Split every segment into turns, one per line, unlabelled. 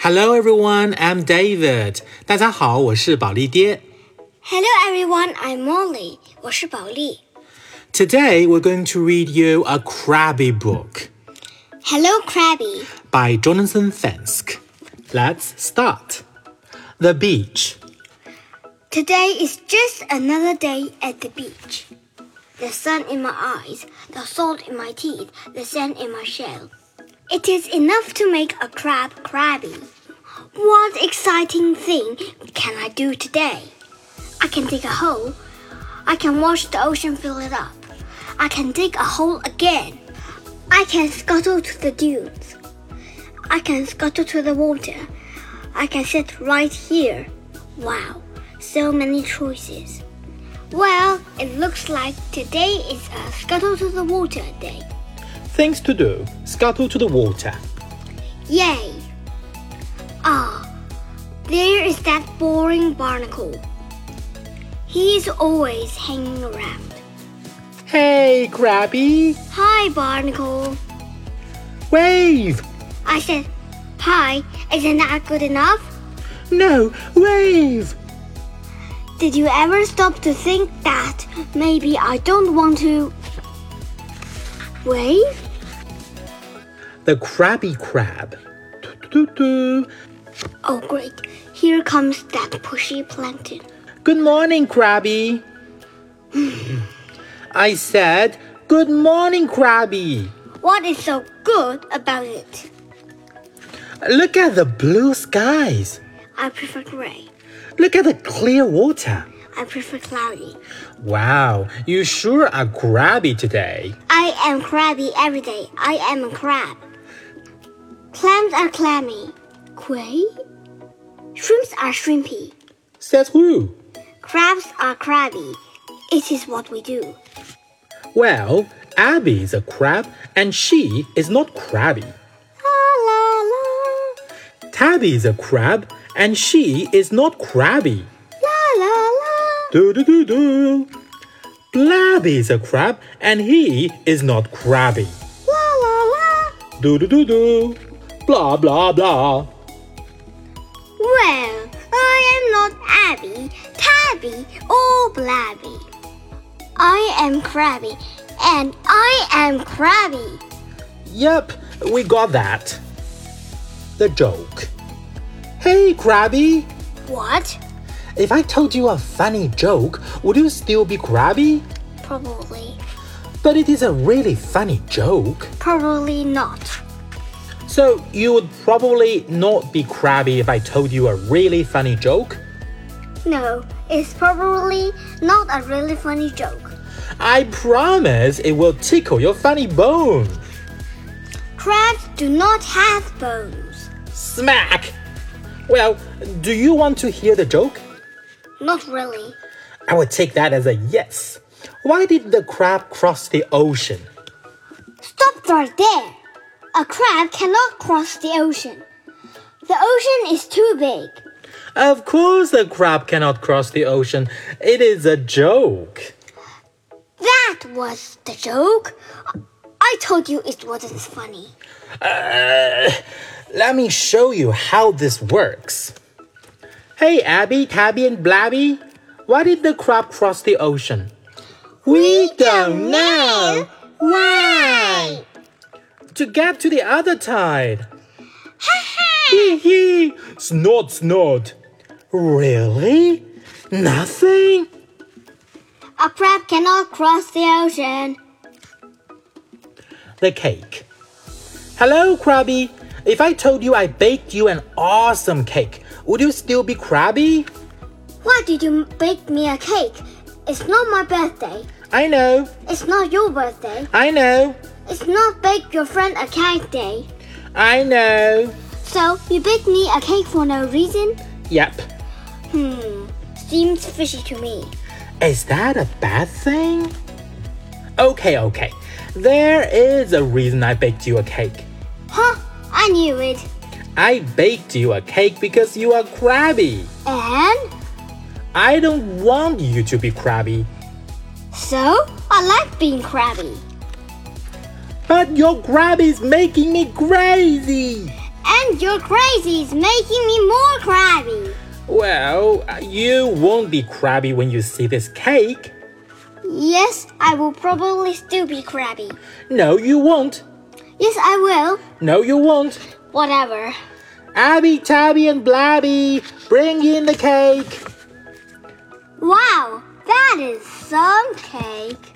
Hello everyone, I'm David. 大家好，我是保利爹。
Hello everyone, I'm Molly. 我是保利。
Today we're going to read you a Krabby book
Hello Krabby.
by Jonathan Fenske. Let's start. The beach.
Today is just another day at the beach. The sun in my eyes, the salt in my teeth, the sand in my shell. It is enough to make a crab crabby. What exciting thing can I do today? I can dig a hole. I can watch the ocean fill it up. I can dig a hole again. I can scuttle to the dunes. I can scuttle to the water. I can sit right here. Wow, so many choices. Well, it looks like today is a scuttle to the water day.
Things to do. Scuttle to the water.
Yay! Ah, there is that boring barnacle. He is always hanging around.
Hey, Krabby.
Hi, barnacle.
Wave.
I said, Hi, isn't that good enough?
No, wave.
Did you ever stop to think that maybe I don't want to wave?
The Krabby Crab. Doo-doo-doo-doo.
Oh, great. Here comes that pushy plankton.
Good morning, Krabby. I said, Good morning, Krabby.
What is so good about it?
Look at the blue skies.
I prefer gray.
Look at the clear water.
I prefer cloudy.
Wow, you sure are Krabby today.
I am crabby every day. I am a crab. Clams are clammy. Quay? Shrimps are shrimpy.
Says who?
Crabs are crabby. It is what we do.
Well, Abby is a crab and she is not crabby.
La la la.
Tabby is a crab and she is not crabby.
La la la.
Do do do do. Blabby is a crab and he is not crabby.
La la la.
Do do do do. Blah blah blah.
Well, I am not Abby, Tabby, or Blabby. I am Krabby, and I am Krabby.
Yep, we got that. The joke. Hey, Krabby!
What?
If I told you a funny joke, would you still be Krabby?
Probably.
But it is a really funny joke.
Probably not.
So you would probably not be Krabby if I told you a really funny joke?
No, it's probably not a really funny joke.
I promise it will tickle your funny bone.
Crabs do not have bones.
Smack! Well, do you want to hear the joke?
Not really.
I would take that as a yes. Why did the crab cross the ocean?
Stop right there. A crab cannot cross the ocean. The ocean is too big.
Of course, the crab cannot cross the ocean. It is a joke.
That was the joke. I told you it wasn't funny.
Uh, let me show you how this works. Hey, Abby, Tabby, and Blabby, why did the crab cross the ocean? We don't know.
Why?
To get to the other tide. Hee hee. Snort, snort. Really? Nothing?
A crab cannot cross the ocean.
the cake. Hello, Krabby. If I told you I baked you an awesome cake, would you still be Krabby?
Why did you bake me a cake? It's not my birthday.
I know,
It's not your birthday.
I know,
It's not bake your friend a cake day.
I know.
So you baked me a cake for no reason?
Yep.
Hmm, seems fishy to me.
Is that a bad thing? Okay, okay. There is a reason I baked you a cake.
Huh? I knew it.
I baked you a cake because you are crabby.
And
I don't want you to be crabby,
so I like being crabby.
but your crabby is making me crazy.
And your crazy is making me more crabby.
Well, you won't be crabby when you see this cake.
Yes, I will probably still be crabby.
No, you won't.
Yes, I will.
No, you won't.
Whatever.
Abby, Tabby, and Blabby, bring in the cake.
Wow, that is some cake.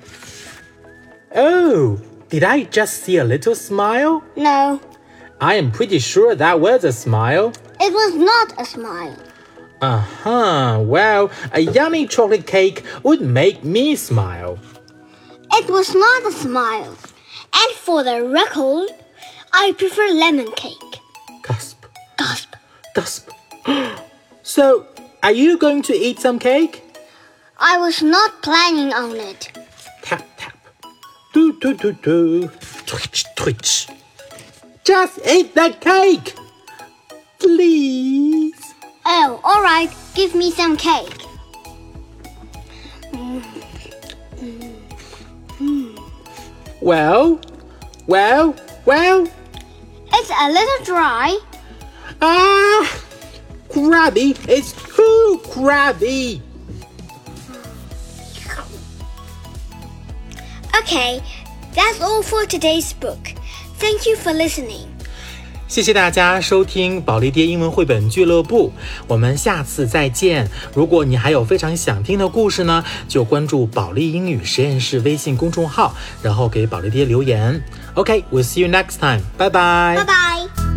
Oh, did I just see a little smile?
No,
I am pretty sure that was a smile.
it was not a smile.
Uh huh. Well, a yummy chocolate cake would make me smile.
It was not a smile. And for the record, I prefer lemon cake.
Gasp,
Gasp.
gasp. so, are you going to eat some cake?
I was not planning on it.
Tap, tap. Do, do, do, do. Twitch, twitch. Just eat the cake! Please.
Oh, alright, give me some cake.
Well, well, well.
It's a little dry.
Ah! Crabby, it's too crabby.
Okay, that's all for today's book. Thank you for listening.
谢谢大家收听保利爹英文绘本俱乐部，我们下次再见。如果你还有非常想听的故事呢，就关注保利英语实验室微信公众号，然后给保利爹留言。OK，we'll、see you next time，拜拜
Bye bye.